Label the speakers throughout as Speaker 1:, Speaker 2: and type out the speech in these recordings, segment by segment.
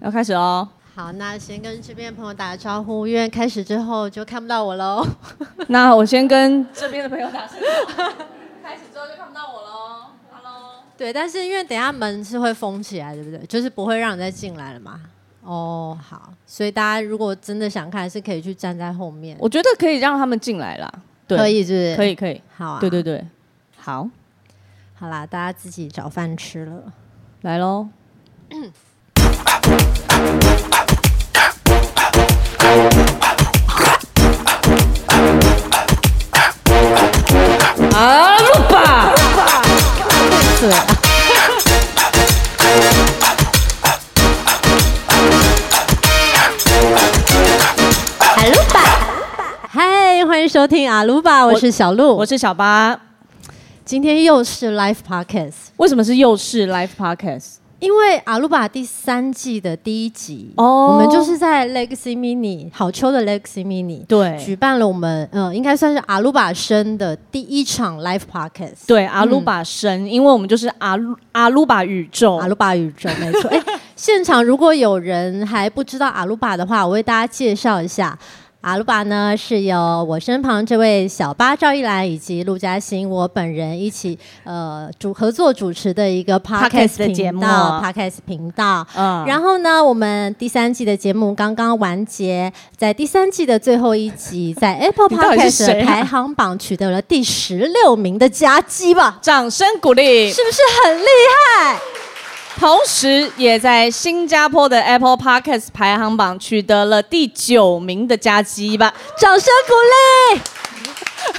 Speaker 1: 要开始哦喽！
Speaker 2: 好，那先跟这边的朋友打个招呼，因为开始之后就看不到我 喽。
Speaker 1: 那我先跟这边的朋友打声招呼。开始之后就看不到我喽，Hello。
Speaker 2: 对，但是因为等一下门是会封起来，对不对？就是不会让你再进来了嘛。哦、好，所以大家如果真的想看，是可以去站在后面，
Speaker 1: 我觉得可以让他们进来啦，对，
Speaker 2: 可，以是不是？
Speaker 1: 可，以，可以，
Speaker 2: 好啊，
Speaker 1: 对对对，好，
Speaker 2: 好啦，大家自己找饭吃了。
Speaker 1: 来喽。啊，录吧！
Speaker 2: 对啊，阿鲁巴，嗨，欢迎收听阿鲁巴，我是小鹿，
Speaker 1: 我是小八。
Speaker 2: 今天又是 Live Podcast，
Speaker 1: 为什么是又是 Live Podcast？
Speaker 2: 因为阿鲁巴第三季的第一集，
Speaker 1: 哦
Speaker 2: 我们就是在 Legacy Mini 好秋的 Legacy Mini 举
Speaker 1: 对
Speaker 2: 办了我们呃，应该算是阿鲁巴生的第一场 Live Podcast。
Speaker 1: 对，阿鲁巴神，因为我们就是阿鲁阿鲁巴宇宙
Speaker 2: 阿。鲁巴宇宙，没 错。哎、现场如果有人还不知道阿鲁巴的话，我为大家介绍一下。阿鲁巴呢，是由我身旁这位小巴赵一兰以及陆嘉欣我本人一起呃主合作主持的一个
Speaker 1: Podcast 的
Speaker 2: podcast
Speaker 1: 节
Speaker 2: 频
Speaker 1: 目
Speaker 2: 道，podcast 频道。
Speaker 1: 嗯
Speaker 2: 然后呢，我们第三季的节目刚刚完结，在第三季的最后一集， 在 Apple
Speaker 1: 你到底是
Speaker 2: Podcast 的
Speaker 1: 谁啊
Speaker 2: 排行榜取得了第十六名的佳绩吧，
Speaker 1: 掌声鼓励，
Speaker 2: 是不是很厉 害？
Speaker 1: 同时也在新加坡的 Apple Podcast 排行榜取得了第九名的佳绩吧。
Speaker 2: 掌声鼓励，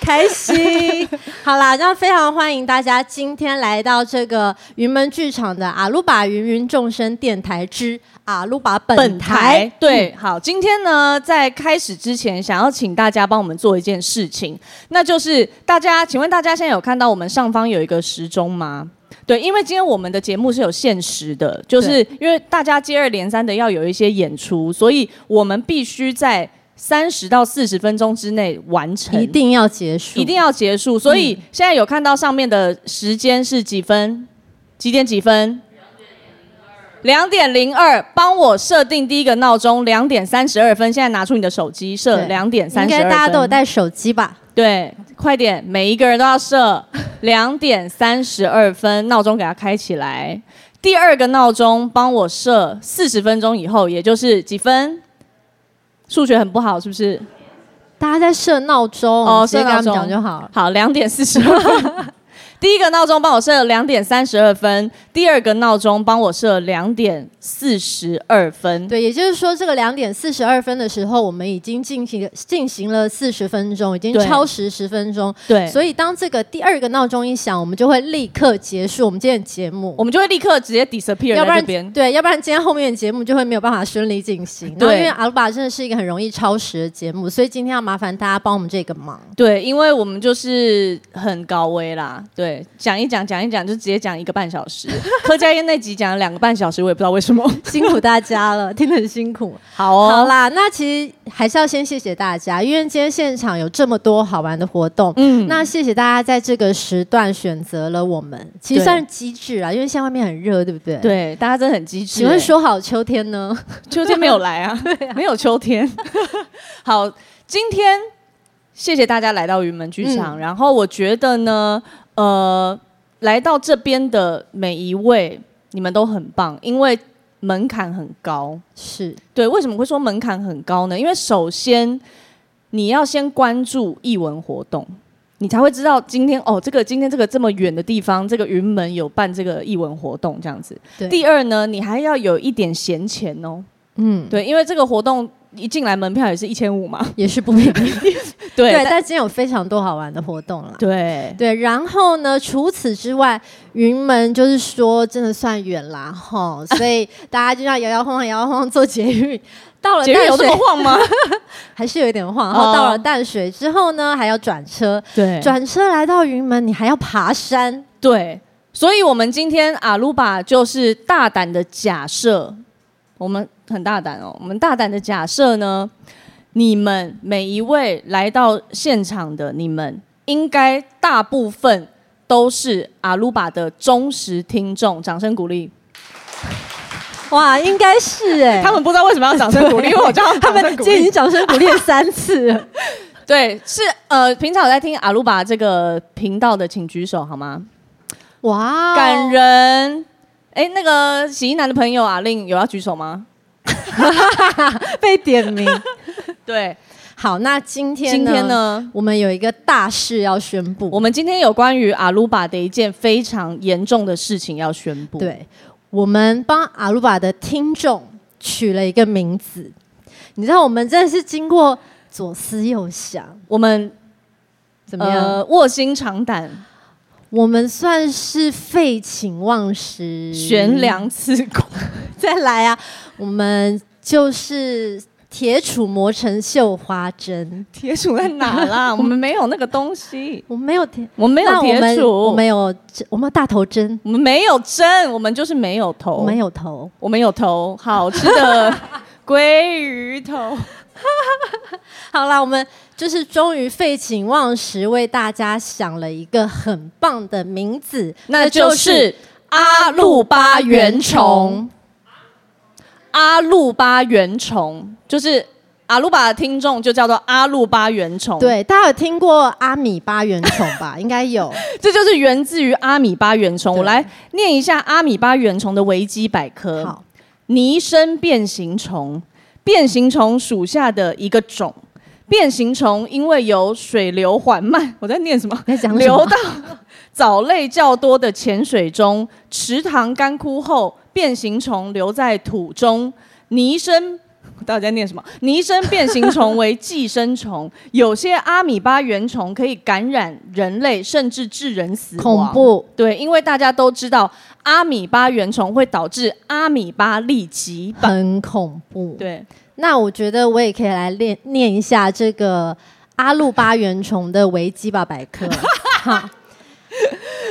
Speaker 2: 开心。好啦，那非常欢迎大家今天来到这个云门剧场的阿鲁巴芸芸众生电台之阿鲁巴本台。嗯
Speaker 1: 对，好，今天呢，在开始之前，想要请大家帮我们做一件事情，那就是大家，请问大家现在有看到我们上方有一个时钟吗？对，因为今天我们的节目是有限时的，就是因为大家接二连三的要有一些演出，所以我们必须在三十到四十分钟之内完成，
Speaker 2: 一定要结束，
Speaker 1: 一定要结束。所
Speaker 2: 嗯
Speaker 1: 以现在有看到上面的时间是几分？几点几分？两点零二，帮我设定第一个闹钟，两点三十二分。现在拿出你的手机设
Speaker 2: 对
Speaker 1: 两点三
Speaker 2: 应
Speaker 1: 十二
Speaker 2: 该
Speaker 1: 分。
Speaker 2: 大家都有带手机吧？
Speaker 1: 对，快点，每一个人都要 设两点三十二分，闹钟给它开起来。第二个闹钟帮我设四十分钟以后，也就是几分？数学很不好，是不是？
Speaker 2: 大家在设闹钟，
Speaker 1: 哦
Speaker 2: 直接跟他
Speaker 1: 设
Speaker 2: 们
Speaker 1: 闹
Speaker 2: 讲
Speaker 1: 钟
Speaker 2: 就好了。
Speaker 1: 好，两点四十二分。第一个闹钟帮我设两点三十二分，第二个闹钟帮我设两点四十二分。
Speaker 2: 对，也就是说，这个两点四十二分的时候，我们已经进行进行了四十分钟，已经
Speaker 1: 对
Speaker 2: 超时十分钟。
Speaker 1: 对，所以
Speaker 2: 所以当这个第二个闹钟一响，我们就会立刻结束我们今天的节目
Speaker 1: 我。们就会立刻直接 disappear
Speaker 2: 要不
Speaker 1: 在
Speaker 2: 然
Speaker 1: 这边。
Speaker 2: 对，要不然今天后面的节目就会没有办法顺利进行。然后
Speaker 1: 对
Speaker 2: 因为阿鲁巴真的是一个很容易超时的节目，所以今天要麻烦大家帮我们这个忙。
Speaker 1: 对，因为我们就是很高危啦。对，讲一讲，讲一讲，就直接讲一个半小 时。柯佳嬿那集讲了两个半小时，我也不知道为什么。
Speaker 2: 辛苦大家了， 听得很辛苦。
Speaker 1: 好哦，
Speaker 2: 好啦，那其实还是要先谢谢大家，因为今天现场有这么多好玩的活动。
Speaker 1: 嗯，
Speaker 2: 那谢谢大家在这个时段选择了我们，其实
Speaker 1: 对
Speaker 2: 算是机智啊，因为现在外面很热，对不对？。
Speaker 1: 对大家真的很机智、
Speaker 2: 请
Speaker 1: 欸
Speaker 2: 问说好秋天呢？
Speaker 1: 秋天没有来啊，没有秋天。 好，今天谢谢大家来到云门剧场，然后我觉得呢，呃，来到这边的每一位，你们都很棒，因为门槛很高。
Speaker 2: 是
Speaker 1: 对，为什么会说门槛很高呢？因为首先你要先关注艺文活动。你才会知道今天哦，这个今天这个这么远的地方，这个云门有办这个艺文活动这样子。
Speaker 2: 对
Speaker 1: 第二呢，你还要有一点闲钱哦，
Speaker 2: 嗯，
Speaker 1: 对，因为这个活动一进来门票也是一千五嘛。
Speaker 2: 也是不便 宜。
Speaker 1: 对
Speaker 2: 对，
Speaker 1: 但
Speaker 2: 但今天有非常多好玩的活动啦。
Speaker 1: 对
Speaker 2: 对，然后呢？除此之外，云门就是说真的算远啦，吼，所以大家就这样摇摇晃晃、摇摇晃晃坐捷运，到了
Speaker 1: 节日
Speaker 2: 淡
Speaker 1: 有这
Speaker 2: 水
Speaker 1: 么晃吗？
Speaker 2: 还是有一点晃，然后
Speaker 1: 哦
Speaker 2: 到了淡水之后呢，还要转车，
Speaker 1: 对
Speaker 2: 转车来到云门，你还要爬山，
Speaker 1: 对，所以我们今天阿鲁巴就是大胆的假设，我们很大胆哦，我们大胆的假设呢，你们每一位来到现场的你们，应该大部分啊都是阿鲁巴的忠实听众，掌声鼓励。
Speaker 2: 哇，应该是哎、
Speaker 1: 他们不知道为什么要掌声鼓励，因为我知道
Speaker 2: 他们今天已经掌声鼓励了三 次了。
Speaker 1: 对是呃，平常有在听阿鲁巴这个频道的，请举手好吗？
Speaker 2: 哇哦，
Speaker 1: 感人。哎，那个洗衣男的朋友阿令有要举手吗？
Speaker 2: 被点名。
Speaker 1: 对，
Speaker 2: 好，那今天
Speaker 1: 今天呢，
Speaker 2: 我们有一个大事要宣布。
Speaker 1: 我们今天有关于阿鲁巴的一件非常严重的事情要宣布。，
Speaker 2: 对，我们帮阿鲁巴的听众取了一个名字，你知道，我们真的是经过左思右想，
Speaker 1: 我们
Speaker 2: 怎么样？
Speaker 1: 呃卧薪尝胆，
Speaker 2: 我们算是废寝忘食，
Speaker 1: 悬，梁刺股。
Speaker 2: 再来啊！我们就是铁杵磨成绣花针，
Speaker 1: 铁杵在哪 啦？我们没有那个东西，
Speaker 2: 我没有铁，
Speaker 1: 我们没有
Speaker 2: 那
Speaker 1: 铁
Speaker 2: 我们
Speaker 1: 杵，
Speaker 2: 我们有针，我们有大头针，
Speaker 1: 我们没有针，我们就是没有头，
Speaker 2: 我们有头。
Speaker 1: 我们有头，好吃的鲑鱼头。
Speaker 2: 好啦，我们就是终于废寝忘食，为大家想了一个很棒的名字，
Speaker 1: 那就是阿鲁巴原虫。阿鲁巴原虫就是阿鲁巴的听众就叫做阿鲁巴原虫，，
Speaker 2: 对，大家有听过阿米巴原虫吧？应该有。
Speaker 1: 这就是源自于阿米巴原虫。
Speaker 2: 对
Speaker 1: 我来念一下阿米巴原虫的维基百科。
Speaker 2: 好，
Speaker 1: 泥生变形虫，变形虫属下的一个种。变形虫因为有水流缓慢，我在念什么？
Speaker 2: 你在讲什
Speaker 1: 流
Speaker 2: 么
Speaker 1: 到？藻类较多的浅水中，池塘干枯后，变形虫留在土中，泥生。我到底在念什么？泥生变形虫为寄生虫，有些阿米巴原虫可以感染人类，甚至致人死
Speaker 2: 恐
Speaker 1: 亡。
Speaker 2: 怖。
Speaker 1: 对，因为大家都知道阿米巴原虫会导致阿米巴痢疾吧？
Speaker 2: 很恐怖。
Speaker 1: 对，
Speaker 2: 那我觉得我也可以来念念一下这个阿鲁巴原虫的维基吧百科，哈，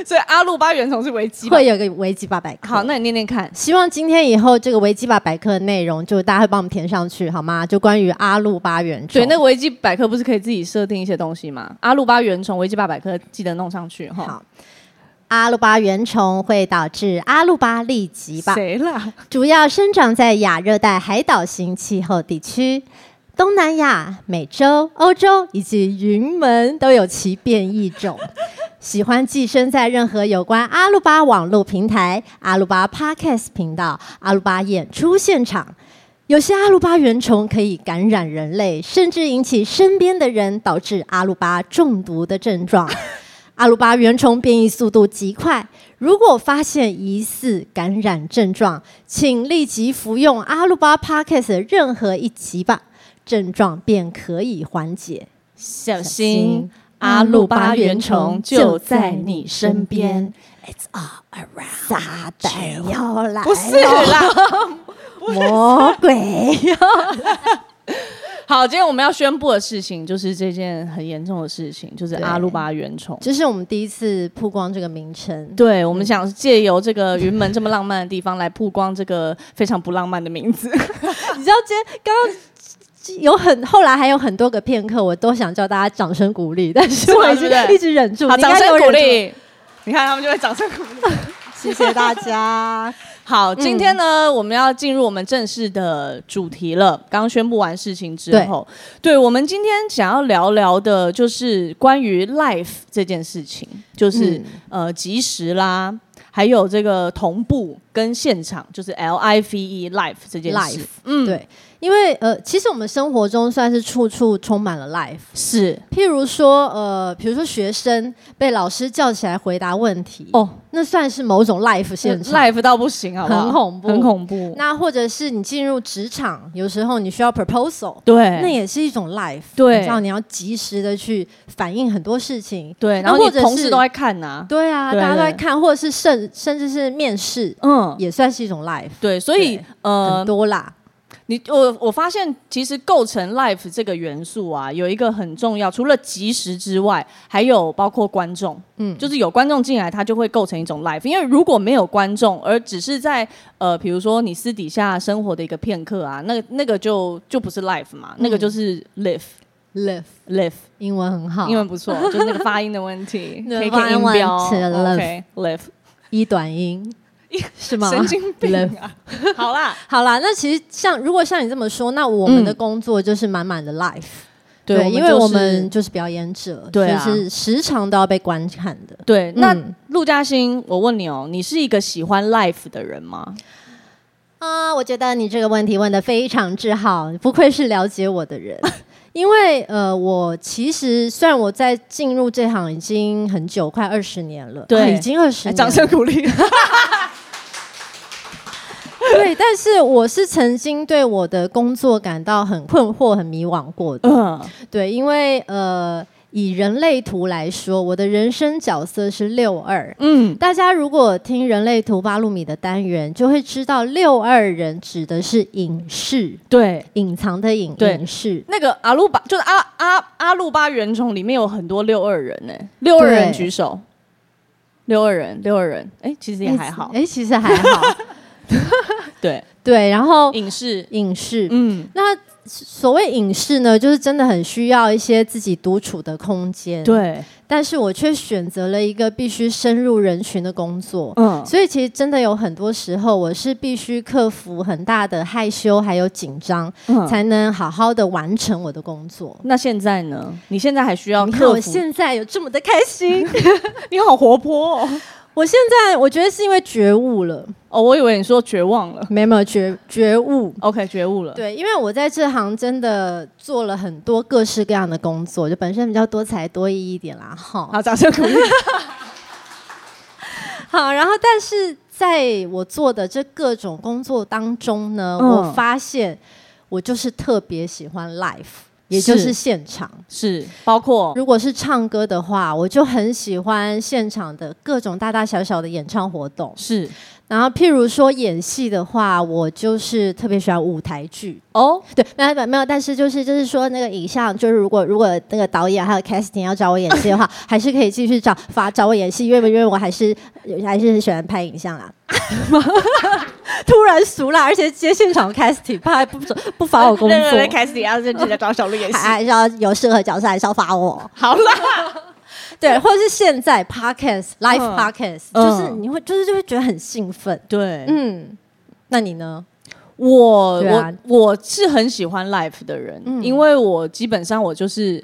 Speaker 1: 所以阿鲁巴原虫是维 基吧
Speaker 2: 会？有个维基吧百科。
Speaker 1: 好，那你念念看。
Speaker 2: 希望今天以后这个维基吧百科的内容，就大家会帮我们填上去，好吗？就关于阿鲁巴原虫。
Speaker 1: 对，那个维基百科不是可以自己设定一些东西吗？阿鲁巴原虫维基百科记得弄上去哈。
Speaker 2: 好，阿鲁巴原虫会导致阿鲁巴痢疾吧？
Speaker 1: 谁啦？
Speaker 2: 主要生长在亚热带海岛型气候地区。东南亚、美洲、欧洲以及云门都有其变异种，喜欢寄生在任何有关阿鲁巴网络平台、阿鲁巴 Podcast 频道、阿鲁巴演出现场。有些阿鲁巴原虫可以感染人类，甚至引起身边的人导致阿鲁巴中毒的 症状。阿鲁巴原虫变异速度极快，如果发现疑似感染症状，请立即服用阿鲁巴 Podcast 的任何一集吧，症状便可以缓解。
Speaker 1: 小
Speaker 2: 心
Speaker 1: 心，阿鲁巴原虫就在你身边。
Speaker 2: 撒旦要来，
Speaker 1: 不是啦，
Speaker 2: 魔鬼。
Speaker 1: 好，今天我们要宣布的事情就是这件很严重的事情，就是
Speaker 2: 对
Speaker 1: 阿鲁巴原虫。
Speaker 2: 这是我们第一次曝光这个名称，
Speaker 1: 对，我们想借由这个云门这么浪漫的地方来曝光这个非常不浪漫的名字。
Speaker 2: 你知道今天刚刚有很后来还有很多个片刻，我都想叫大家掌声鼓励，但是
Speaker 1: 是吗
Speaker 2: 我已经
Speaker 1: 对不对
Speaker 2: 一直忍住，
Speaker 1: 好，
Speaker 2: 你应
Speaker 1: 掌
Speaker 2: 该有
Speaker 1: 声鼓
Speaker 2: 忍住，
Speaker 1: 励。你看他们就会掌声鼓励。
Speaker 2: 谢谢大家。 嗯
Speaker 1: 好，今天呢，我们要进入我们正式的主题了。刚宣布完事情之后，对我们今天想要聊聊的就是关于 life 这件事情，就是、
Speaker 2: 嗯
Speaker 1: 呃及时啦，还有这个同步跟现场，就是 L I V E life 这件事
Speaker 2: life，嗯，对，因为呃，其实我们生活中算是处处充满了 life。
Speaker 1: 是
Speaker 2: 譬如说，呃，比如说学生被老师叫起来回答问题，
Speaker 1: 哦，嗯
Speaker 2: 那算是某种 life 现场。
Speaker 1: life 到不行，好不好？
Speaker 2: 很恐怖
Speaker 1: 很恐怖。
Speaker 2: 那或者是你进入职场，有时候你需要 proposal，那
Speaker 1: 对
Speaker 2: 也是一种 life。
Speaker 1: 对
Speaker 2: 你知道你要及时的去反映很多事情。
Speaker 1: 对，
Speaker 2: 那
Speaker 1: 然后
Speaker 2: 或
Speaker 1: 你
Speaker 2: 者
Speaker 1: 同事
Speaker 2: 是
Speaker 1: 都在看呐、
Speaker 2: 对啊，
Speaker 1: 对
Speaker 2: 大家都在
Speaker 1: 对
Speaker 2: 看，或者是甚甚至是面试，
Speaker 1: 嗯，
Speaker 2: 也算是一种 life，
Speaker 1: 对，所以
Speaker 2: 对
Speaker 1: 呃
Speaker 2: 很，多啦。
Speaker 1: 你我我发现，其实构成 life 这个元素啊，有一个很重要，除了及时之外，还有包括观众，嗯，就是有观众进来，它就会构成一种 life。因为如果没有观众，而只是在呃，比如说你私底下生活的一个片刻啊，那那个就就不是 life 嘛，那
Speaker 2: 嗯
Speaker 1: 个就是 live
Speaker 2: live
Speaker 1: live，
Speaker 2: 英文很好，
Speaker 1: 英文不错， 就是那个发音的问题
Speaker 2: 对
Speaker 1: ，K
Speaker 2: 啊发
Speaker 1: K
Speaker 2: 音
Speaker 1: 音标
Speaker 2: 完成了
Speaker 1: ，OK live。
Speaker 2: 一短音是吗？
Speaker 1: 神经病 啊！ 好啦，
Speaker 2: 好啦，那其实像如果像你这么说，那
Speaker 1: 嗯
Speaker 2: 我们的工作就是满满的 life，、对，因为我们就是表演者，
Speaker 1: 对啊
Speaker 2: 就是时常都要被观看的。
Speaker 1: 对那
Speaker 2: 嗯
Speaker 1: 陆嘉欣，我问你哦，你是一个喜欢 life 的人吗？
Speaker 2: 啊、我觉得你这个问题问的非常之好，不愧是了解我的人。 因为呃，我其实虽然我在进入这行已经很久，快二十年了，
Speaker 1: 对
Speaker 2: 啊已经二十
Speaker 1: 哎
Speaker 2: 年了，
Speaker 1: 掌声鼓 励。
Speaker 2: 对，但是我是曾经对我的工作感到很困惑、很迷惘过的。
Speaker 1: 嗯，
Speaker 2: 对，因为呃，以人类图来说，我的人生角色是六二。
Speaker 1: 嗯，
Speaker 2: 大家如果听人类图八路米的单元，就会知道六二人指的是隐士，
Speaker 1: 对，
Speaker 2: 隐藏的隐
Speaker 1: 对
Speaker 2: 隐士。
Speaker 1: 那个阿鲁巴就是阿阿阿鲁巴原种里面有很多六二人呢、六二人举手，六二人，六二人，哎、其实也还好，
Speaker 2: 哎、其实还好。
Speaker 1: 对，
Speaker 2: 对，然后
Speaker 1: 影视，
Speaker 2: 隐士，
Speaker 1: 哦嗯，
Speaker 2: 那所谓隐士呢，就是真的很需要一些自己独处的空间。
Speaker 1: 对，
Speaker 2: 但是我却选择了一个必须深入人群的工作。
Speaker 1: 嗯，
Speaker 2: 所以其实真的有很多时候，我是必须克服很大的害羞还有紧张，
Speaker 1: 嗯
Speaker 2: 才能好好的完成我的工作。
Speaker 1: 那现在呢？你现在还需要
Speaker 2: 你看
Speaker 1: 克
Speaker 2: 我
Speaker 1: 服？
Speaker 2: 现在有这么的开 心，
Speaker 1: 你好活泼哦！
Speaker 2: 我现在我觉得是因为觉悟了，
Speaker 1: 哦，我以为你说绝望了。
Speaker 2: 没有没有觉觉悟。
Speaker 1: OK，觉悟了。
Speaker 2: 对，因为我在这行真的做了很多各式各样的工作，就本身比较多才多艺一点啦，哈。
Speaker 1: 好，掌声鼓励。
Speaker 2: 好，然后但是在我做的这各种工作当中呢，
Speaker 1: 嗯
Speaker 2: 我发现我就是特别喜欢 l i f e 也就是
Speaker 1: 是
Speaker 2: 现场。
Speaker 1: 是，包括
Speaker 2: 如果是唱歌的话，我就很喜欢现场的各种大大小小的演唱活动。
Speaker 1: 是
Speaker 2: 然后，譬如说演戏的话，我就是特别喜欢舞台剧。
Speaker 1: 哦，
Speaker 2: 对，没有没有没有，但是就是就是说那个影像，就是如果如果那个导演还有 casting 要找我演戏的话， 还是可以继续找法找我演戏，因为因为我还是呃还是很喜欢拍影像啦。 突然俗了，而且接现场 casting，怕不不罚我工作，
Speaker 1: 开始要认真的找小鹿演
Speaker 2: 还还是要有适合角色，还是要罚我。
Speaker 1: 好啦，
Speaker 2: 对，或者是现在 podcast live
Speaker 1: 嗯
Speaker 2: podcast，、就是
Speaker 1: 嗯
Speaker 2: 你会就是就会觉得很兴奋。
Speaker 1: 对，
Speaker 2: 嗯，那你呢？
Speaker 1: 我、
Speaker 2: 对啊
Speaker 1: 我我是很喜欢 life 的人，
Speaker 2: 嗯
Speaker 1: 因为我基本上我就是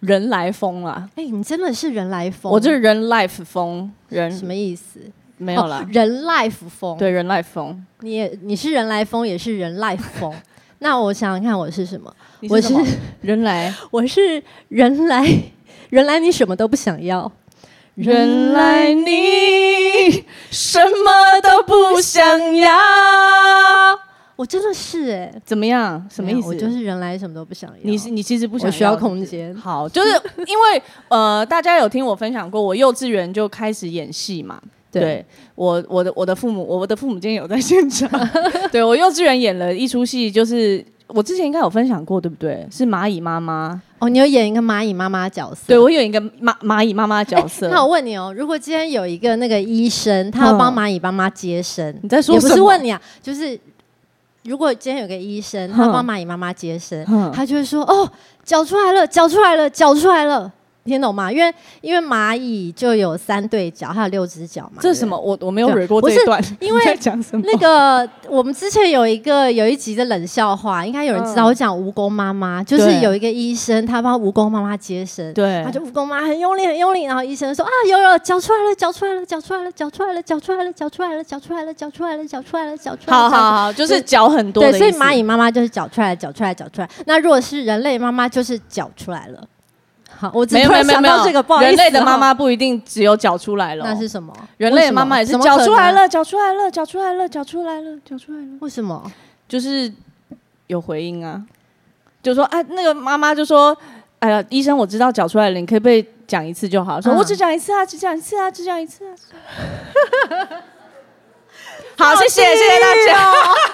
Speaker 1: 人来疯啦，
Speaker 2: 哎、你真的是人来疯，
Speaker 1: 我就是人 life 疯，
Speaker 2: 什
Speaker 1: 人
Speaker 2: 么意思？
Speaker 1: 没有啦，
Speaker 2: 哦人 life 疯。
Speaker 1: 对，人 life 疯。
Speaker 2: 你也你是人来疯，也是人来 疯。那我想想看，我是什么？
Speaker 1: 你
Speaker 2: 我
Speaker 1: 是什么 人来
Speaker 2: 我是人来人来，你什么都不想要。
Speaker 1: 人来你什么都不想要，
Speaker 2: 我真的是哎、
Speaker 1: 怎么样？欸什么意
Speaker 2: 没
Speaker 1: 思？
Speaker 2: 有我就是人来什么都不想要。
Speaker 1: 你是你其实不想
Speaker 2: 我需要
Speaker 1: 是不是
Speaker 2: 空间
Speaker 1: 好，就是因为呃，大家有听我分享过，我幼稚园就开始演戏嘛。
Speaker 2: 对
Speaker 1: 我，我的我的父母，我的父母今天有在现 场。对我幼稚园演了一出戏，就是我之前应该有分享过，对不对？是蚂蚁妈妈。
Speaker 2: 哦，你有演一个蚂蚁妈妈角色。哎
Speaker 1: 对我有一个蚂蚂蚁妈妈角色。
Speaker 2: 那我问你哦，如果今天有一个那个医生，他要帮蚂蚁妈妈接生，
Speaker 1: 嗯你在说
Speaker 2: 也不
Speaker 1: 什
Speaker 2: 是
Speaker 1: 么
Speaker 2: 问你啊，就是如果今天有个医生，他
Speaker 1: 哼
Speaker 2: 帮蚂蚁妈妈接生，
Speaker 1: 哼
Speaker 2: 他就会说哦，绞出来了，绞出来了，绞出来了。你听懂吗？因为因为蚂蚁就有三对脚，还有六只脚嘛。
Speaker 1: 这
Speaker 2: 对不
Speaker 1: 是什
Speaker 2: 对
Speaker 1: 么？？我我没有
Speaker 2: 对啊
Speaker 1: 蕊过
Speaker 2: 不
Speaker 1: 这
Speaker 2: 是
Speaker 1: 一段，
Speaker 2: 因 为
Speaker 1: 你在讲什么？
Speaker 2: 那个我们之前有一个有一集的冷笑话，应该有人知道。
Speaker 1: 嗯
Speaker 2: 我讲蜈蚣妈妈，就是
Speaker 1: 对
Speaker 2: 有一个医生，他帮蜈蚣妈妈接生，
Speaker 1: 对
Speaker 2: 他就蜈蚣妈很用力很用力，然后医生说啊有有绞出来了绞出来了绞出来了绞出来了绞出来了绞出来了绞出来了绞出来了绞出来了绞出来
Speaker 1: 好
Speaker 2: 了。
Speaker 1: 好好，就是脚很多
Speaker 2: 对，
Speaker 1: 的
Speaker 2: 所以
Speaker 1: 意思
Speaker 2: 蚂蚁妈妈就是绞出来，绞出来，绞出来。那如果是人类妈妈，就是绞出来了。好，我只
Speaker 1: 没有
Speaker 2: 突
Speaker 1: 没有
Speaker 2: 然
Speaker 1: 没有
Speaker 2: 想
Speaker 1: 没
Speaker 2: 到
Speaker 1: 有
Speaker 2: 这个，不好意思哦。
Speaker 1: 人类的妈妈不一定只有脚出来了哦，
Speaker 2: 那是什么？
Speaker 1: 人类的妈妈也是
Speaker 2: 为什么
Speaker 1: 脚出来，了，脚出来了，脚出来了，脚出来了，脚出来了，
Speaker 2: 为什么？
Speaker 1: 就是有回应啊，就说啊，那个妈妈就说，哎呀，医生，我知道脚出来了，你可不可以讲一次就好？说、
Speaker 2: 嗯
Speaker 1: 我只讲一次啊，只讲一次啊，只讲一次啊。只讲一次啊 好，谢谢，谢谢大家。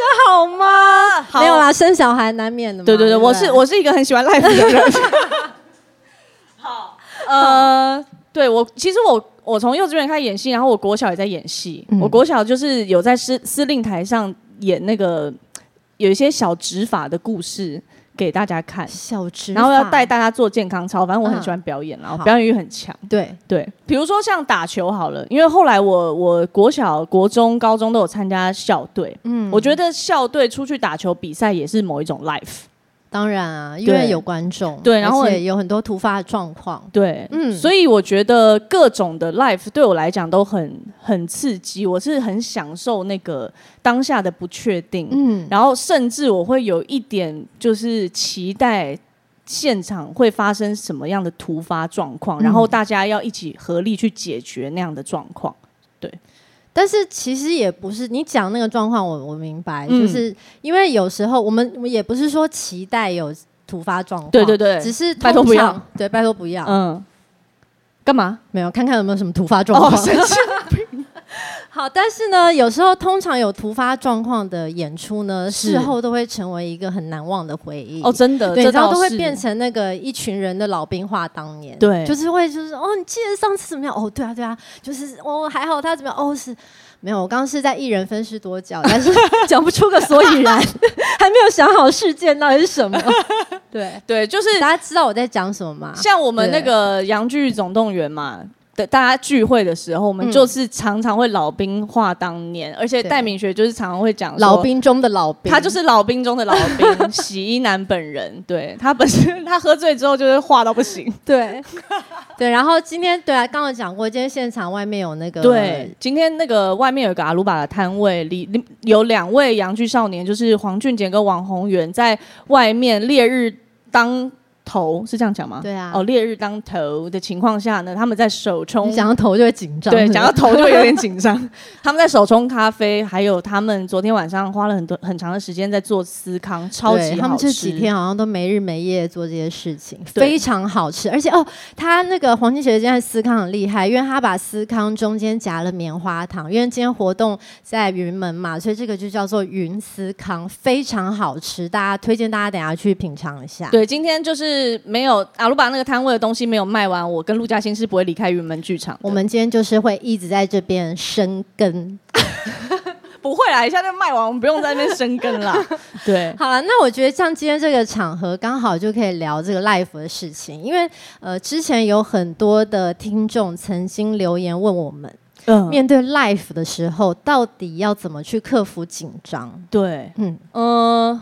Speaker 2: 这好吗？
Speaker 1: 好
Speaker 2: 没有啦，生小孩难免的嘛。
Speaker 1: 对对对，
Speaker 2: 对不对，
Speaker 1: 我是我是一个很喜欢 live 的 人。好，呃，对我其实我我从幼稚园开始演戏，然后我国小也在演戏。
Speaker 2: 嗯
Speaker 1: 我国小就是有在司司令台上演那个有一些小执法的故事。给大家看，
Speaker 2: 小指法，
Speaker 1: 然后要带大家做健康操。反正我很
Speaker 2: 嗯
Speaker 1: 喜欢表演啦，然后
Speaker 2: 好
Speaker 1: 表演欲很强。
Speaker 2: 对，
Speaker 1: 对，比如说像打球好了，因为后来我我国小、国中、高中都有参加校队，
Speaker 2: 嗯
Speaker 1: 我觉得校队出去打球比赛也是某一种 life。
Speaker 2: 当然啊，因
Speaker 1: 对
Speaker 2: 为有观众，
Speaker 1: 对然后
Speaker 2: 而且有很多突发的状况，
Speaker 1: 对，
Speaker 2: 嗯
Speaker 1: 嗯，所以我觉得各种的 life 对我来讲都很很刺激，我是很享受那个当下的不确定，
Speaker 2: 嗯，
Speaker 1: 然后甚至我会有一点就是期待现场会发生什么样的突发状况，
Speaker 2: 嗯
Speaker 1: 然后大家要一起合力去解决那样的状况。
Speaker 2: 但是其实也不是你讲那个状况我，我明白，
Speaker 1: 嗯
Speaker 2: 就是因为有时候我们我们也不是说期待有突发状况，
Speaker 1: 对对对
Speaker 2: 只是
Speaker 1: 拜托不
Speaker 2: 通常
Speaker 1: 要，
Speaker 2: 对，拜托不要，
Speaker 1: 嗯，干嘛？
Speaker 2: 没有看看有没有什么突发状况。
Speaker 1: 神经
Speaker 2: 好，但是呢，有时候通常有突发状况的演出呢，
Speaker 1: 是
Speaker 2: 事后都会成为一个很难忘的回忆。
Speaker 1: 哦，真的，
Speaker 2: 对，
Speaker 1: 这
Speaker 2: 然
Speaker 1: 倒
Speaker 2: 后都会
Speaker 1: 是
Speaker 2: 变成那个一群人的老兵话当年，
Speaker 1: 对
Speaker 2: 就是会就是哦，你记得上次怎么样？哦，对啊，对啊，就是哦，还好他怎么样？哦，是没有，我刚刚是在一人分饰多 角，但是讲不出个所以然，还没有想好事件到底是什么。 对，
Speaker 1: 对，就是
Speaker 2: 大家知道我在讲什么吗？
Speaker 1: 像我们
Speaker 2: 对
Speaker 1: 那个《洋剧总动员》嘛。的大家聚会的时候，我们
Speaker 2: 嗯
Speaker 1: 就是常常会老兵话当年，而且
Speaker 2: 对
Speaker 1: 戴明学就是常常会讲说
Speaker 2: 老，兵中的老兵，
Speaker 1: 他就是老兵中的老 兵，洗衣男本人。对他本身， 他喝醉之后就是话到不行。
Speaker 2: 对对。然后今天对啊，刚刚有讲过，今天现场外面有那个
Speaker 1: 对，今天那个外面有一个阿鲁巴的摊位，里里有两位洋剧少年，就是黄俊杰跟王宏源，在外面烈日当头，是这样讲吗？
Speaker 2: 对啊
Speaker 1: 哦，烈日当头的情况下呢，他们在手冲
Speaker 2: 你讲到头就会紧张，
Speaker 1: 对，
Speaker 2: 不
Speaker 1: 讲到头就有点紧张。 他们在手冲咖啡，还有他们昨天晚上花了很多很长的时间在做司康，超级
Speaker 2: 对
Speaker 1: 好吃。
Speaker 2: 他们这几
Speaker 1: 啊
Speaker 2: 天好像都没日没夜做这些事情，
Speaker 1: 对
Speaker 2: 非常好吃。而且哦，他那个黄金姐姐现在司康很厉害，因为他把司康中间夹了棉花糖。因为今天活动在云门嘛，所以这个就叫做云司康，非常好吃。大家推荐大家等一下去品尝一下。
Speaker 1: 对，今天就是没有阿鲁巴那个摊位的东西没有卖完，我跟陆嘉欣是不会离开云门剧场的。
Speaker 2: 我们今天就是会一直在这边生根。
Speaker 1: 不会啦，一下就卖完，我们不用在那边生根啦。 对，
Speaker 2: 好了，那我觉得像今天这个场合，刚好就可以聊这个 life 的事情，因为呃，之前有很多的听众曾经留言问我们，
Speaker 1: 嗯，
Speaker 2: 面对 life 的时候，到底要怎么去克服紧张？
Speaker 1: 对，
Speaker 2: 嗯，
Speaker 1: 嗯、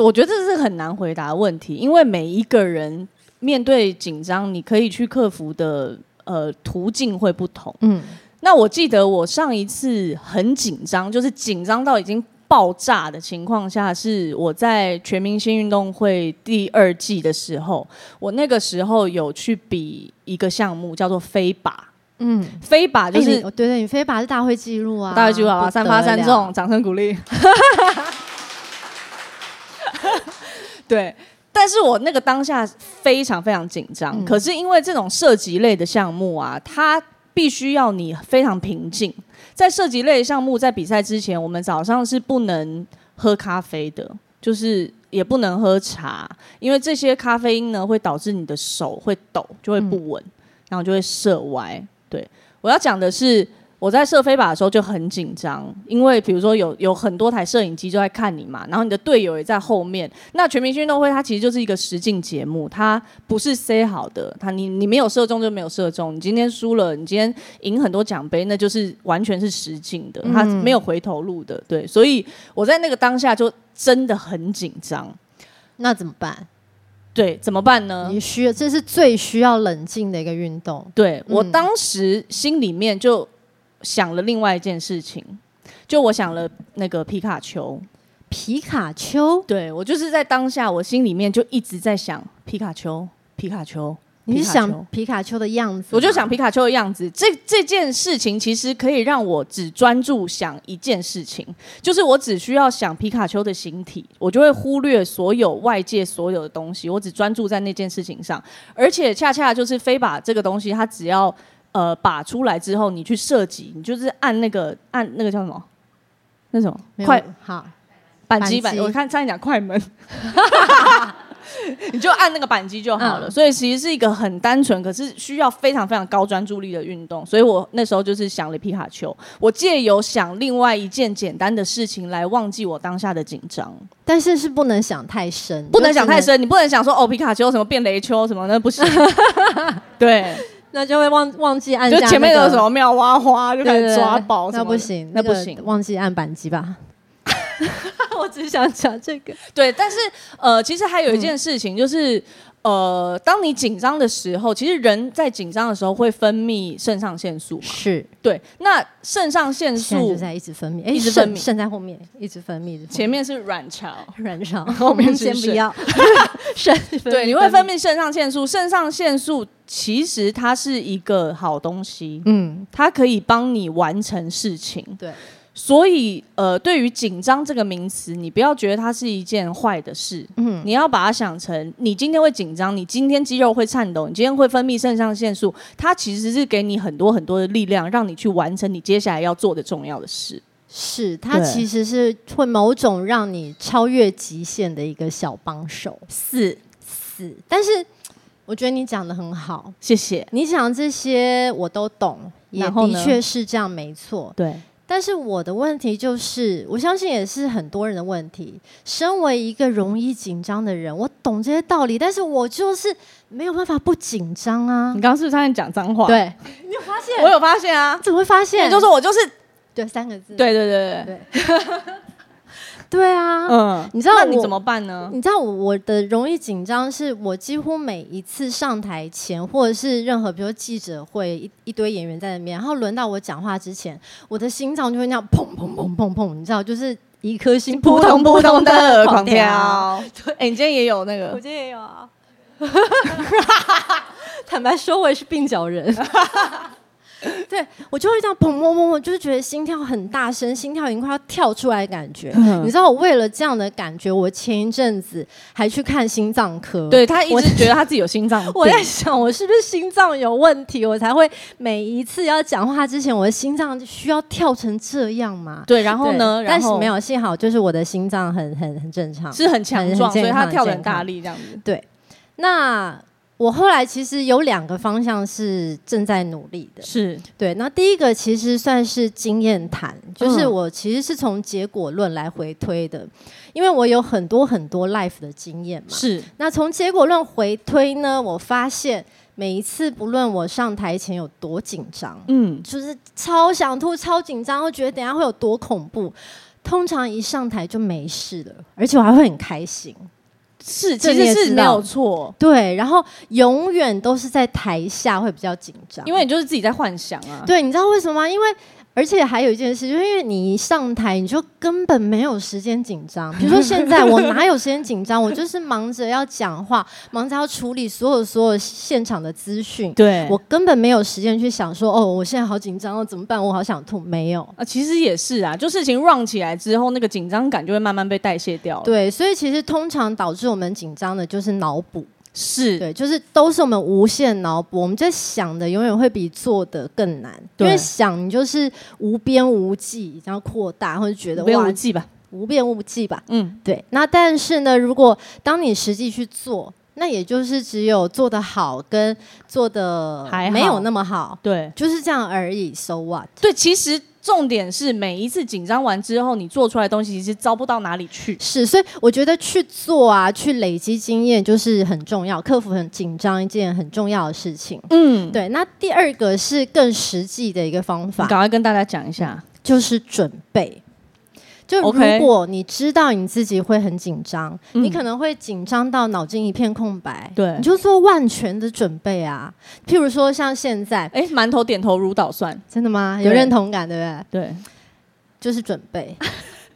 Speaker 1: 我觉得这是很难回答的问题，因为每一个人面对紧张，你可以去克服的呃途径会不同。
Speaker 2: 嗯，
Speaker 1: 那我记得我上一次很紧张，就是紧张到已经爆炸的情况下，是我在全明星运动会第二季的时候，我那个时候有去比一个项目叫做飞靶，
Speaker 2: 嗯，
Speaker 1: 飞靶就
Speaker 2: 哎
Speaker 1: 是
Speaker 2: 你对对，你飞靶是大会纪录啊，
Speaker 1: 大家记住
Speaker 2: 不
Speaker 1: 啊，
Speaker 2: 得
Speaker 1: 三发三
Speaker 2: 了，
Speaker 1: 中，掌声鼓 励。对，但是我那个当下非常非常紧张，
Speaker 2: 嗯
Speaker 1: 可是因为这种射击类的项目啊，它必须要你非常平静。在射击类项目在比赛之前，我们早上是不能喝咖啡的，就是也不能喝茶，因为这些咖啡因呢会导致你的手会抖，就会不
Speaker 2: 嗯
Speaker 1: 稳，然后就会射歪。对我要讲的是，我在射飞靶的时候就很紧张，因为比如说有有很多台摄影机就在看你嘛，然后你的队友也在后面。那全明星运动会它其实就是一个实境节目，它不是 say 好的，它你你没有射中就没有射中，你今天输了，你今天赢很多奖杯，那就是完全是实境的，它
Speaker 2: 嗯
Speaker 1: 没有回头路的。对，所以我在那个当下就真的很紧张。
Speaker 2: 那怎么办？
Speaker 1: 对，怎么办呢？
Speaker 2: 你需要，这是最需要冷静的一个运动。
Speaker 1: 对我
Speaker 2: 嗯
Speaker 1: 当时心里面就想了另外一件事情，就我想了那个皮卡丘。
Speaker 2: 皮卡丘，
Speaker 1: 对我就是在当下，我心里面就一直在想皮卡丘，皮卡丘。
Speaker 2: 你
Speaker 1: 皮
Speaker 2: 是
Speaker 1: 卡丘
Speaker 2: 想皮卡丘的样子吗？
Speaker 1: 我就想皮卡丘的样子，这这件事情其实可以让我只专注想一件事情，就是我只需要想皮卡丘的形体，我就会忽略所有外界所有的东西，我只专注在那件事情上。而且恰恰就是飞靶这个东西，它只要呃靶出来之后，你去射击，你就是按那个按那个叫什么那种
Speaker 2: 没有
Speaker 1: 快
Speaker 2: 好，
Speaker 1: 扳机
Speaker 2: 扳
Speaker 1: 扳，
Speaker 2: 机
Speaker 1: 我看差点讲快门。你就按那个扳机就好了。
Speaker 2: 嗯
Speaker 1: 所以其实是一个很单纯，可是需要非常非常高专注力的运动。所以我那时候就是想了皮卡丘，我借由想另外一件简单的事情来忘记我当下的紧张，
Speaker 2: 但是是不能想太深，
Speaker 1: 不能想太
Speaker 2: 就只能，
Speaker 1: 深，你不能想说哦皮卡丘什么变雷丘什么那 不行。对，
Speaker 2: 那就会忘忘记按下、
Speaker 1: 就
Speaker 2: 那个。
Speaker 1: 前面有什么妙蛙花就开
Speaker 2: 对对
Speaker 1: 始
Speaker 2: 对
Speaker 1: 抓宝什
Speaker 2: 那
Speaker 1: 么的，
Speaker 2: 不行，
Speaker 1: 那
Speaker 2: 那
Speaker 1: 不
Speaker 2: 个
Speaker 1: 行。
Speaker 2: 忘记按扳机 吧。我只想讲这个，
Speaker 1: 对，但是呃，其实还有一
Speaker 2: 嗯
Speaker 1: 件事情就是。呃，当你紧张的时候，其实人在紧张的时候会分泌肾上腺素嘛。
Speaker 2: 是
Speaker 1: 对，那肾上腺
Speaker 2: 现在就
Speaker 1: 素
Speaker 2: 在一直分泌，哎，
Speaker 1: 一直
Speaker 2: 肾
Speaker 1: 分泌
Speaker 2: 肾在后面一直分泌，一直分泌
Speaker 1: 前面是卵巢，
Speaker 2: 燃烧，
Speaker 1: 后面是
Speaker 2: 先不
Speaker 1: 肾
Speaker 2: 要肾分泌，
Speaker 1: 对，你会分泌肾上腺素。肾上腺素其实它是一个好东西，
Speaker 2: 嗯，
Speaker 1: 它可以帮你完成事情。
Speaker 2: 对，
Speaker 1: 所以，呃，对于紧张这个名词，你不要觉得它是一件坏的事，嗯，你要把它想成，你今天会紧张，你今天肌肉会颤抖，你今天会分泌肾上腺素，它其实是给你很多很多的力量，让你去完成你接下来要做的重要的事。
Speaker 2: 是它
Speaker 1: 对
Speaker 2: 其实是会某种让你超越极限的一个小帮手，
Speaker 1: 四，
Speaker 2: 是，但是我觉得你讲的很好，
Speaker 1: 谢谢。
Speaker 2: 你讲这些我都懂，也
Speaker 1: 然后
Speaker 2: 的
Speaker 1: 呢
Speaker 2: 确是这样，没错。
Speaker 1: 对，
Speaker 2: 但是我的问题就是，我相信也是很多人的问题。身为一个容易紧张的人，我懂这些道理，但是我就是没有办法不紧张啊
Speaker 1: 你。刚刚是不是差点讲脏话？，
Speaker 2: 对，你有发现？
Speaker 1: 我有发现啊
Speaker 2: 你，怎么会发现？
Speaker 1: 就说我就是，
Speaker 2: 对三个字。
Speaker 1: 对对对对，
Speaker 2: 对对啊，
Speaker 1: 嗯，
Speaker 2: 你知道
Speaker 1: 那你
Speaker 2: 我
Speaker 1: 怎么办呢？
Speaker 2: 你知道我我的容易紧张，是我几乎每一次上台前，或者是任何比如记者会一一堆演员在那边，然后轮到我讲话之前，我的心脏就会那样砰砰砰砰砰，你知道，就是一颗心扑通扑通的狂跳。。
Speaker 1: 对，哎，你今天也有那个，
Speaker 2: 今天也有啊。坦白说，我也是鬓角人。 对我就会这样砰砰砰砰，就是觉得心跳很大声，心跳已经快要跳出来的感觉。
Speaker 1: 嗯
Speaker 2: 你知道，我为了这样的感觉，我前一阵子还去看心脏科。
Speaker 1: 对他一
Speaker 2: 我
Speaker 1: 直觉得他自己有心脏病。
Speaker 2: 我在想，我是不是心脏有问题，我才会每一次要讲话之前，我的心脏需要跳成这样吗？
Speaker 1: 对，然后呢？
Speaker 2: 对
Speaker 1: 然
Speaker 2: 但
Speaker 1: 后
Speaker 2: 是没有，幸好就是我的心脏很很很正常，
Speaker 1: 是很强
Speaker 2: 很
Speaker 1: 壮，
Speaker 2: 健
Speaker 1: 所以他
Speaker 2: 康
Speaker 1: 跳的
Speaker 2: 健
Speaker 1: 很大
Speaker 2: 康
Speaker 1: 力这样子。
Speaker 2: 那我后来其实有两个方向是正在努力的，
Speaker 1: 是
Speaker 2: 对。那第一个其实算是经验谈，就是
Speaker 1: 嗯
Speaker 2: 我其实是从结果论来回推的，因为我有很多很多 life 的经验嘛。
Speaker 1: 是，
Speaker 2: 那从结果论回推呢，我发现每一次不论我上台前有多紧张，
Speaker 1: 嗯，
Speaker 2: 就是超想吐、超紧张，会觉得等一下会有多恐怖。通常一上台就没事了，而且我还会很开心。
Speaker 1: 是，
Speaker 2: 这
Speaker 1: 其
Speaker 2: 你也
Speaker 1: 实是
Speaker 2: 知
Speaker 1: 没
Speaker 2: 道
Speaker 1: 有错，
Speaker 2: 对，然后永远都是在台下会比较紧张，
Speaker 1: 因为你就是自己在幻想啊。
Speaker 2: 对，你知道为什么吗？因为而且还有一件事，就是因为你一上台，你就根本没有时间紧 张。比如说现在我哪有时间紧张？我就是忙着要讲话，忙着要处理所有所有现场的资讯，
Speaker 1: 对
Speaker 2: 我
Speaker 1: 我
Speaker 2: 根本没有时间去想说哦，我现在好紧张哦，怎么办？我好想吐，没有。
Speaker 1: 啊，其实也是啊，就事情 run 起来之后，那个紧张感就会慢慢被代谢掉了。，
Speaker 2: 对，所以其实通常导致我们紧张的就是脑补。
Speaker 1: 是，
Speaker 2: 对，就是都是我们无限脑补，我们在想的永远会比做的更难，因为
Speaker 1: 对
Speaker 2: 想你就是无边无际，然后扩大，或者觉得
Speaker 1: 无边
Speaker 2: 哇
Speaker 1: 无，际吧。
Speaker 2: 无边无际吧。
Speaker 1: 嗯，
Speaker 2: 对，那但是呢，如果当你实际去做，那也就是只有做的好跟做的
Speaker 1: 还
Speaker 2: 没有
Speaker 1: 好
Speaker 2: 那么好，
Speaker 1: 对
Speaker 2: 就是这样而已。So what？
Speaker 1: 对，其实重点是每一次紧张完之后，你做出来的东西其实糟不到哪里去。
Speaker 2: 是，所以我觉得去做啊，去累积经验就是很重要，克服很紧张一件很重要的事情。
Speaker 1: 嗯，
Speaker 2: 对，那第二个是更实际的一个方法
Speaker 1: 你，赶快跟大家讲一下。
Speaker 2: 就是准备。就如
Speaker 1: OK
Speaker 2: 果你知道你自己会很紧张，
Speaker 1: 嗯
Speaker 2: 你可能会紧张到脑筋一片空白，
Speaker 1: 对
Speaker 2: 你就做万全的准备啊。譬如说像现在，
Speaker 1: 哎，馒头点头如捣蒜。
Speaker 2: 真的吗？有
Speaker 1: 对
Speaker 2: 认同感，对不对？
Speaker 1: 对，
Speaker 2: 就是准 备。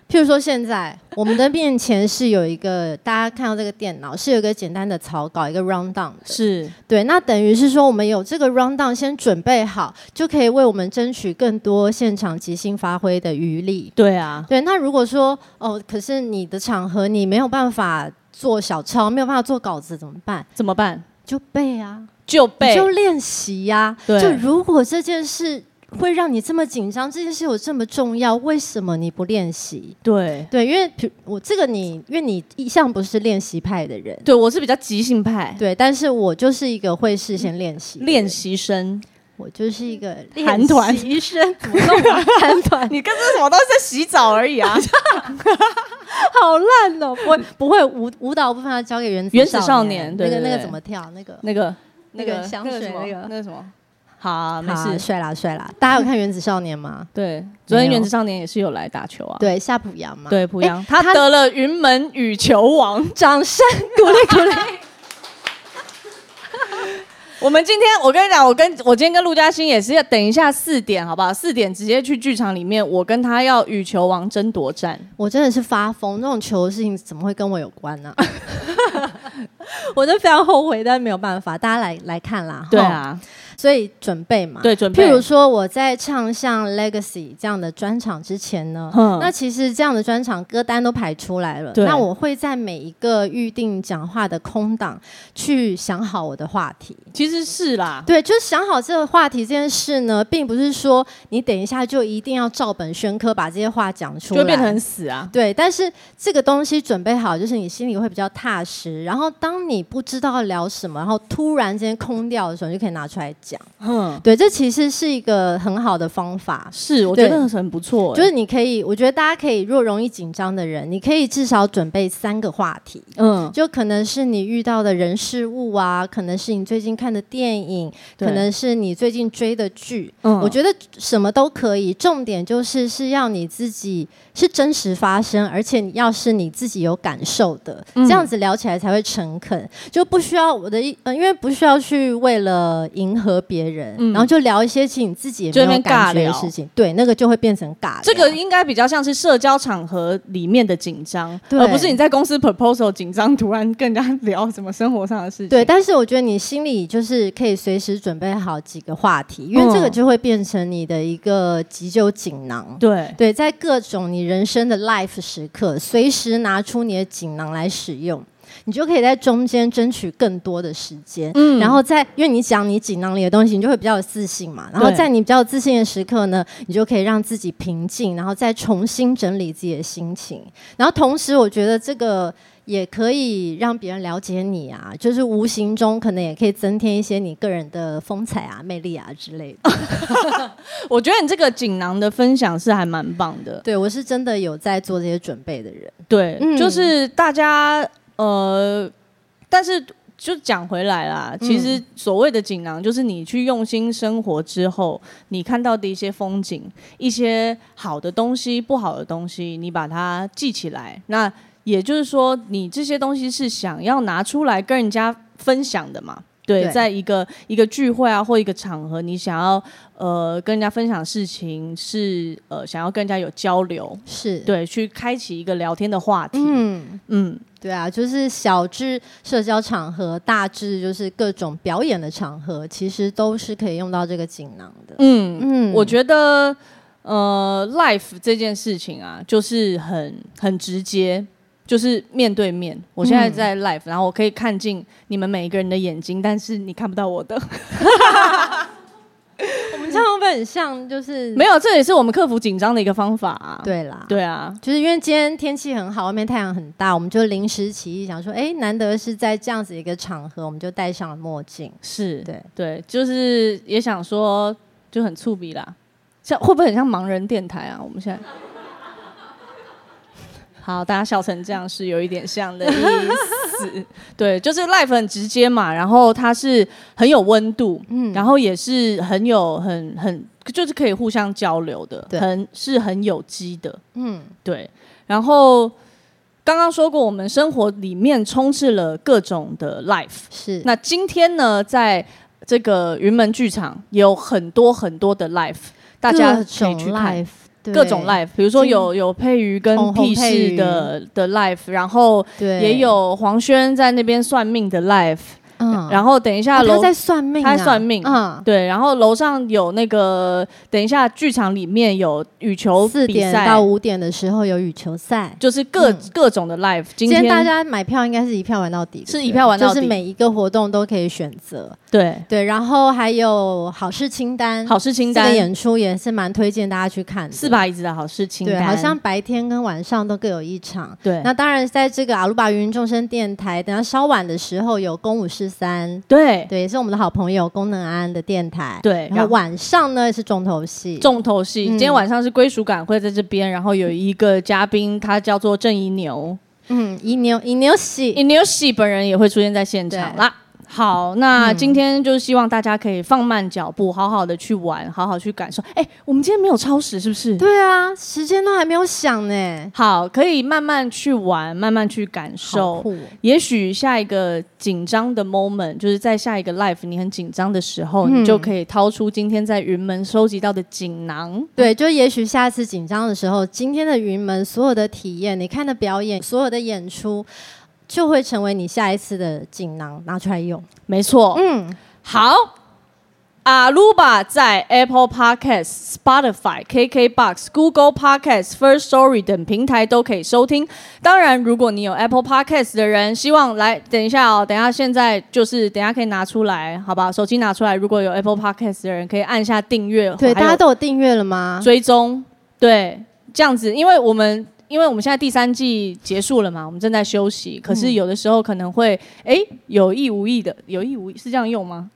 Speaker 2: 譬如说现在我们的面前是有一个，大家看到这个电脑是有一个简单的草稿，一个 round down 的，
Speaker 1: 是，
Speaker 2: 对，那等于是说我们有这个 round down 先准备好，就可以为我们争取更多现场即兴发挥的余力。
Speaker 1: 对啊，
Speaker 2: 对，那如果说哦，可是你的场合你没有办法做小抄，没有办法做稿子怎么办？
Speaker 1: 怎么办？
Speaker 2: 就背啊，
Speaker 1: 就
Speaker 2: 你
Speaker 1: 背
Speaker 2: 就练习呀、
Speaker 1: 对
Speaker 2: 就如果这件事会让你这么紧张？这件事有这么重要？为什么你不练习？
Speaker 1: 对
Speaker 2: 对，因为比我这个你，因为你一向不是练习派的人，
Speaker 1: 对，我是比较即兴派，
Speaker 2: 对，但是我就是一个会事先练习的人
Speaker 1: 练，习生。
Speaker 2: 我就是一个
Speaker 1: 韩团
Speaker 2: 练习生，怎么弄啊韩团
Speaker 1: 你刚刚什么都是在洗澡而已啊！
Speaker 2: 好烂 哦！不会不会舞舞蹈部分要交给原子
Speaker 1: 原子少
Speaker 2: 年，
Speaker 1: 年对
Speaker 2: 那个
Speaker 1: 对
Speaker 2: 那个
Speaker 1: 对
Speaker 2: 怎么跳？那 个
Speaker 1: 那个
Speaker 2: 那个香水
Speaker 1: 什么
Speaker 2: 那个
Speaker 1: 那个什么，好，没
Speaker 2: 好
Speaker 1: 事。
Speaker 2: 帅啦帅啦！大家有看原子少 年吗？
Speaker 1: 对，昨
Speaker 2: 没
Speaker 1: 天
Speaker 2: 有
Speaker 1: 原子少年也是有来打球啊。
Speaker 2: 对，夏普阳嘛，
Speaker 1: 对，濮
Speaker 2: 哎
Speaker 1: 阳他得了云门羽球王。
Speaker 2: 掌声鼓励鼓励。
Speaker 1: 我们今天，我跟你讲，我跟我今天跟陆嘉欣也是要等一下四点，好不好？四点直接去剧场里面，我跟他要羽球王争夺战。
Speaker 2: 我真的是发疯，那种球的事情怎么会跟我有 关呢、我真的非常后悔，但没有办法，大家来来看啦。
Speaker 1: 对
Speaker 2: 吼，
Speaker 1: 啊，
Speaker 2: 所以准备嘛。
Speaker 1: 对，准备。
Speaker 2: 譬如说，我在唱像《Legacy》这样的专场之前呢，
Speaker 1: 嗯
Speaker 2: 那其实这样的专场歌单都排出来了。
Speaker 1: 对
Speaker 2: 那我会在每一个预定讲话的空档去想好我的话题。
Speaker 1: 其实是啦，
Speaker 2: 对，就是想好这个话题这件事呢，并不是说你等一下就一定要照本宣科把这些话讲出
Speaker 1: 就
Speaker 2: 来，
Speaker 1: 会变得很死啊。
Speaker 2: 对，但是这个东西准备好，就是你心里会比较踏实。然后当你不知道要聊什么，然后突然间空掉的时候，你就可以拿出来讲。
Speaker 1: 嗯，
Speaker 2: 对，这其实是一个很好的方法。
Speaker 1: 是，我
Speaker 2: 对
Speaker 1: 觉得很不错欸。
Speaker 2: 就是你可以，我觉得大家可以，若容易紧张的人，你可以至少准备三个话题，
Speaker 1: 嗯，
Speaker 2: 就可能是你遇到的人事物啊，可能是你最近看的电影，
Speaker 1: 对
Speaker 2: 可能是你最近追的剧，
Speaker 1: 嗯
Speaker 2: 我觉得什么都可以，重点就是是要你自己是真实发生，而且你要是你自己有感受的，
Speaker 1: 嗯
Speaker 2: 这样子聊起来才会诚恳，就不需要我的一，呃，因为不需要去为了迎合别人，
Speaker 1: 嗯
Speaker 2: 然后就聊一些其实你自己也
Speaker 1: 就在
Speaker 2: 没
Speaker 1: 那
Speaker 2: 有
Speaker 1: 边
Speaker 2: 感觉
Speaker 1: 尬
Speaker 2: 的
Speaker 1: 聊
Speaker 2: 事情，对，那个就会变成尬聊。
Speaker 1: 这个应该比较像是社交场合里面的紧张，
Speaker 2: 对
Speaker 1: 而不是你在公司 proposal 紧张，突然跟人家聊什么生活上的事情。
Speaker 2: 对，但是我觉得你心里就是可以随时准备好几个话题，因为这个
Speaker 1: 嗯
Speaker 2: 就会变成你的一个急救锦囊。
Speaker 1: 对
Speaker 2: 对，在各种你人生的 life 时刻，随时拿出你的锦囊来使用，你就可以在中间争取更多的时间。
Speaker 1: 嗯
Speaker 2: 然后在因为你讲你锦囊里的东西，你就会比较有自信嘛。然后
Speaker 1: 对
Speaker 2: 在你比较有自信的时刻呢，你就可以让自己平静，然后再重新整理自己的心情。然后同时，我觉得这个。也可以让别人了解你啊，就是无形中可能也可以增添一些你个人的风采啊、魅力啊之类的。
Speaker 1: 我觉得你这个锦囊的分享是还蛮棒的。
Speaker 2: 对我是真的有在做这些准备的人。
Speaker 1: 对，
Speaker 2: 嗯
Speaker 1: 就是大家呃，但是就讲回来啦，其实所谓的锦囊，就是你去用心生活之后，你看到的一些风景、一些好的东西、不好的东西，你把它记起来。那也就是说，你这些东西是想要拿出来跟人家分享的嘛？对，
Speaker 2: 对
Speaker 1: 在一个一个聚会啊，或一个场合，你想要呃跟人家分享事情，是呃想要跟人家有交流，
Speaker 2: 是，
Speaker 1: 对，去开启一个聊天的话题。
Speaker 2: 嗯，
Speaker 1: 嗯，
Speaker 2: 对啊，就是小至社交场合，大至就是各种表演的场合，其实都是可以用到这个锦囊的。
Speaker 1: 嗯，
Speaker 2: 嗯
Speaker 1: 我觉得呃，life 这件事情啊，就是很很直接，就是面对面。我现在
Speaker 2: 嗯
Speaker 1: 在 life，、然后我可以看进你们每一个人的眼睛，但是你看不到我的。
Speaker 2: 我们这样会不会很像？就是
Speaker 1: 没有，这也是我们克服紧张的一个方法、啊。
Speaker 2: 对啦，
Speaker 1: 对啊，
Speaker 2: 就是因为今天天气很好，外面太阳很大，我们就临时起意想说，哎，难得是在这样子一个场合，我们就戴上了墨镜。
Speaker 1: 是，
Speaker 2: 对，
Speaker 1: 对，就是也想说，就很触鼻啦。像会不会很像盲人电台啊？我们 现在。好，大家笑成这样是有一点像的意思。对，就是 life 很直接嘛，然后它是很有温度，
Speaker 2: 嗯
Speaker 1: 然后也是很有很很就是可以互相交流的，
Speaker 2: 对
Speaker 1: 很是很有机的。
Speaker 2: 嗯，
Speaker 1: 对，然后刚刚说过，我们生活里面充斥了各种的 life，
Speaker 2: 是，
Speaker 1: 那今天呢，在这个云门剧场有很多很多的 live，大家
Speaker 2: 各
Speaker 1: 可以
Speaker 2: 种
Speaker 1: 去看
Speaker 2: life，对
Speaker 1: 各种 live，比如说
Speaker 2: 今
Speaker 1: 有有佩瑜跟
Speaker 2: 红红
Speaker 1: 屁
Speaker 2: 佩
Speaker 1: 事的的 live，然后
Speaker 2: 对，
Speaker 1: 也有黄轩在那边算命的 live，
Speaker 2: 嗯，
Speaker 1: 然后等一下
Speaker 2: 哦
Speaker 1: 楼、
Speaker 2: 他在算命啊，
Speaker 1: 他在算命
Speaker 2: 嗯，
Speaker 1: 对，然后楼上有那个，等一下剧场里面有羽球
Speaker 2: 四
Speaker 1: 比
Speaker 2: 点
Speaker 1: 赛，
Speaker 2: 到五点的时候有羽球赛。
Speaker 1: 就是各、
Speaker 2: 嗯
Speaker 1: 各种的 live。今
Speaker 2: 今
Speaker 1: 天
Speaker 2: 天大家买票应该是一票玩到底，
Speaker 1: 是一票玩到底
Speaker 2: 就是每一个活动都可以选择。
Speaker 1: 对
Speaker 2: 对，然后还有好事清单，
Speaker 1: 好事清
Speaker 2: 这
Speaker 1: 单
Speaker 2: 个演出也是蛮推荐大家去看的，
Speaker 1: 四？把椅子的好事清
Speaker 2: 对，
Speaker 1: 单，
Speaker 2: 好像白天跟晚上都各有一场。
Speaker 1: 对
Speaker 2: 那当然，在这个阿鲁巴云众生电台，等下稍晚的时候有公五十三，
Speaker 1: 对
Speaker 2: 对，也是我们的好朋友功能安的电台。
Speaker 1: 对，
Speaker 2: 然后晚上呢是重头戏，
Speaker 1: 重头戏，
Speaker 2: 嗯
Speaker 1: 今天晚上是归属感会在这边，然后有一个嘉宾，他叫做郑怡 牛，
Speaker 2: 嗯，一牛一牛戏，
Speaker 1: 怡牛系本人也会出现在现场
Speaker 2: 对
Speaker 1: 啦。好，那
Speaker 2: 嗯
Speaker 1: 今天就是希望大家可以放慢脚步，好好的去玩，好好去感受。哎、我们今天没有超时，是不是？
Speaker 2: 对啊，时间都还没有想呢，
Speaker 1: 好，可以慢慢去玩，慢慢去感
Speaker 2: 好
Speaker 1: 受。
Speaker 2: 酷哦，
Speaker 1: 也许下一个紧张的 moment，就是在下一个 life 你很紧张的时候，
Speaker 2: 嗯
Speaker 1: 你就可以掏出今天在云门收集到的锦囊。
Speaker 2: 对，就也许下次紧张的时候，今天的云门所有的体验，你看的表演，所有的演出，就会成为你下一次的锦囊，拿出来用。
Speaker 1: 没错，
Speaker 2: 嗯，
Speaker 1: 好，阿鲁巴在 Apple Podcast、Spotify、KKBox、Google Podcast、First Story 等平台都可以收听。当然，如果你有 Apple Podcast 的人，希望来等一下哦，等一下现在就是等一下可以拿出来，好吧？手机拿出来，如果有 Apple Podcast 的人，可以按下订阅，
Speaker 2: 对，
Speaker 1: 哦还
Speaker 2: 大
Speaker 1: 有
Speaker 2: 家都有订阅了吗？
Speaker 1: 追踪，对，这样子，因为我们。因为我们现在第三季结束了嘛，我们正在休息。可是
Speaker 2: 嗯
Speaker 1: 有的时候可能会，哎、有意无意的，有意无意是这样用吗？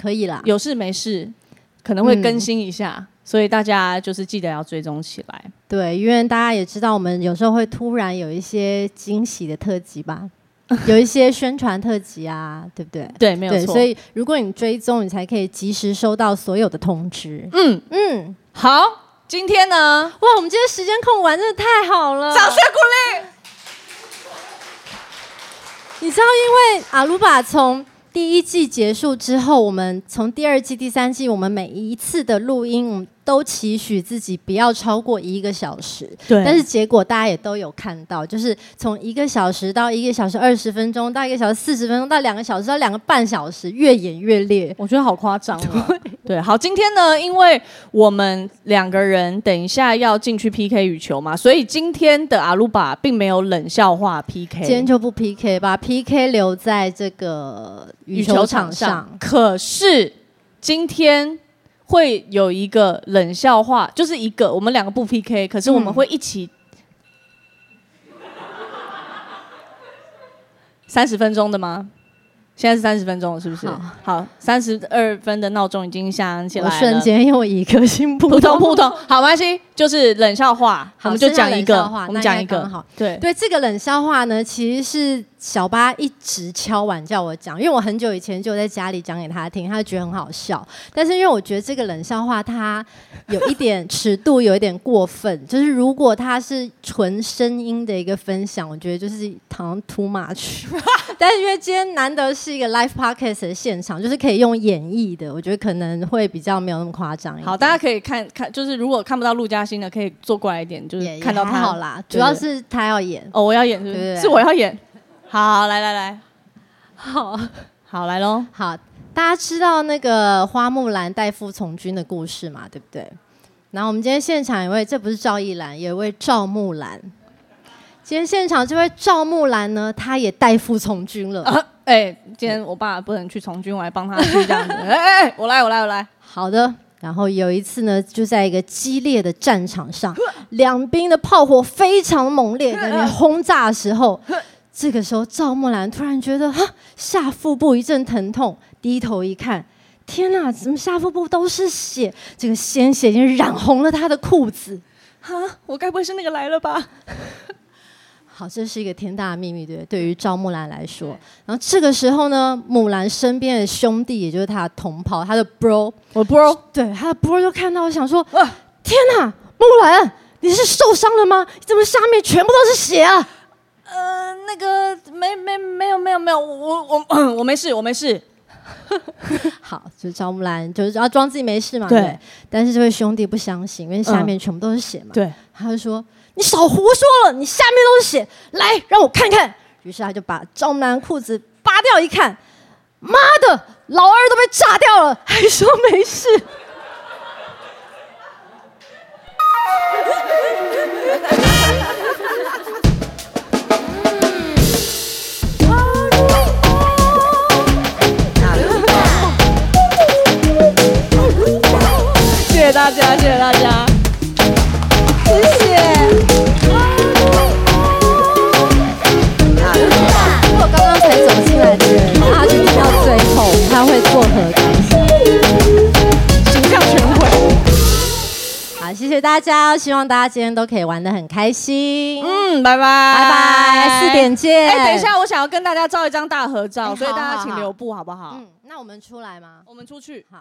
Speaker 2: 可以啦，
Speaker 1: 有事没事可能会更新一下，所以大家就是记得要追踪起来。
Speaker 2: 对，因为大家也知道，我们有时候会突然有一些惊喜的特 辑吧，有一些宣传特辑啊，对不对？
Speaker 1: 对，没有
Speaker 2: 对，
Speaker 1: 错。
Speaker 2: 所以如果你追踪，你才可以及时收到所有的通知。
Speaker 1: 嗯，
Speaker 2: 嗯，
Speaker 1: 好，今天呢，
Speaker 2: 哇，我们今天时间控完真的太好了，
Speaker 1: 掌声鼓励。
Speaker 2: 你知道，因为阿鲁巴从第一季结束之后，我们从第二季、第三季，我们每一次的录音，我们都期许自己不要超过一个小时。
Speaker 1: 对
Speaker 2: 但是结果大家也都有看到，就是从一个小时到一个小时二十分钟，到一个小时四十分钟，到两个小时到两个半小时，越演越烈。
Speaker 1: 我觉得好夸张哦。对，好，今天呢，因为我们两个人等一下要进去 PK 羽球嘛，所以今天的阿鲁巴并没有冷笑话 PK。
Speaker 2: 今天就不 PK 吧，PK 留在这个羽球场上。
Speaker 1: 可是今天会有一个冷笑话，就是一个我们两个不 PK，可是我们
Speaker 2: 嗯
Speaker 1: 会一起三十、分钟的吗？现在是三十分钟了，是不是
Speaker 2: 好？
Speaker 1: 好，三十二分的闹钟已经响起来
Speaker 2: 我
Speaker 1: 了，
Speaker 2: 瞬间又一颗心
Speaker 1: 扑通扑通。好，没关系，就是冷笑话，
Speaker 2: 好
Speaker 1: 我们就讲一
Speaker 2: 剩下
Speaker 1: 个
Speaker 2: 冷笑话，
Speaker 1: 我们讲
Speaker 2: 那
Speaker 1: 一
Speaker 2: 应该
Speaker 1: 个
Speaker 2: 刚好，
Speaker 1: 对
Speaker 2: 对这个冷笑话呢，其实是小巴一直敲碗叫我讲，因为我很久以前就在家里讲给他听，他就觉得很好笑。但是因为我觉得这个冷笑话它有一点尺度，有一点过分， 就是如果它是纯声音的一个分享，我觉得就是好像 too much。但 是因为今天难得是一个 live podcast 的现场，就是可以用演绎的，我觉得可能会比较没有那么夸张一点。
Speaker 1: 好，大家可以看看，就是如果看不到陆嘉欣的，可以坐过来一点，就
Speaker 2: 也
Speaker 1: 是
Speaker 2: 也
Speaker 1: 看到
Speaker 2: 还
Speaker 1: 他
Speaker 2: 好啦，主
Speaker 1: 对
Speaker 2: 要
Speaker 1: 对
Speaker 2: 是他要演。
Speaker 1: 哦，我要演是不
Speaker 2: 对对
Speaker 1: 是？
Speaker 2: 对
Speaker 1: 是我要演。好，来来来，
Speaker 2: 好。
Speaker 1: 好来喽。
Speaker 2: 好，大家知道那个花木兰代父从军的故事嘛？对不对？然后我们今天现场有一位，这不是赵一兰，有一位赵木兰。今天现场这位赵木兰呢，她也代父从军了。
Speaker 1: 啊哎、今天我爸不能去从军，我还帮他去这样 子。哎哎、哎我来，我来，我来。
Speaker 2: 好的。然后有一次呢，就在一个激烈的战场上，两兵的炮火非常猛烈，在那边轰炸的时候，这个时候赵木兰突然觉得哈下腹部一阵疼痛，低头一看，天哪，怎么下腹部都是血？这个鲜血已经染红了她的裤子。
Speaker 1: 哈，我该不会是那个来了吧？
Speaker 2: 好，这是一个天大的秘密，对不对？对于赵木兰来说，然后这个时候呢，木兰身边的兄弟，也就是她的同袍，她的 bro，
Speaker 1: 我 bro，
Speaker 2: 对她的 bro 就看到，我想说，
Speaker 1: 啊
Speaker 2: 天哪，木兰，你是受伤了吗？你怎么下面全部都是血啊？
Speaker 1: 呃，那个没没没有没有没有，我我我 我没事，我没事。
Speaker 2: 好，就是赵木兰就是要装自己没事嘛。
Speaker 1: 对
Speaker 2: 对不嗯对。但是这位兄弟不相信，因为下面全部都是血嘛。
Speaker 1: 对，
Speaker 2: 他就说：“你少胡说了，你下面都是血，来让我看看。”于是他就把赵木兰裤子扒掉一看，妈的，老二都被炸掉了，还说没事。
Speaker 1: 谢谢大家，谢谢大家，谢谢。
Speaker 2: 如果刚刚才走进来的人，他就听到最后，他会作何感想？
Speaker 1: 形象全毁。
Speaker 2: 好，谢谢大家，希望大家今天都可以玩得很开心。
Speaker 1: 嗯，拜拜，
Speaker 2: 拜拜，四点见。
Speaker 1: 哎、等一，下，我想要跟大家照一张大合照，
Speaker 2: 哎
Speaker 1: 所以大
Speaker 2: 好
Speaker 1: 家
Speaker 2: 好
Speaker 1: 请
Speaker 2: 好
Speaker 1: 留步好不好？
Speaker 2: 嗯嗯，那我们出来吗？
Speaker 1: 我们出去。
Speaker 2: 好。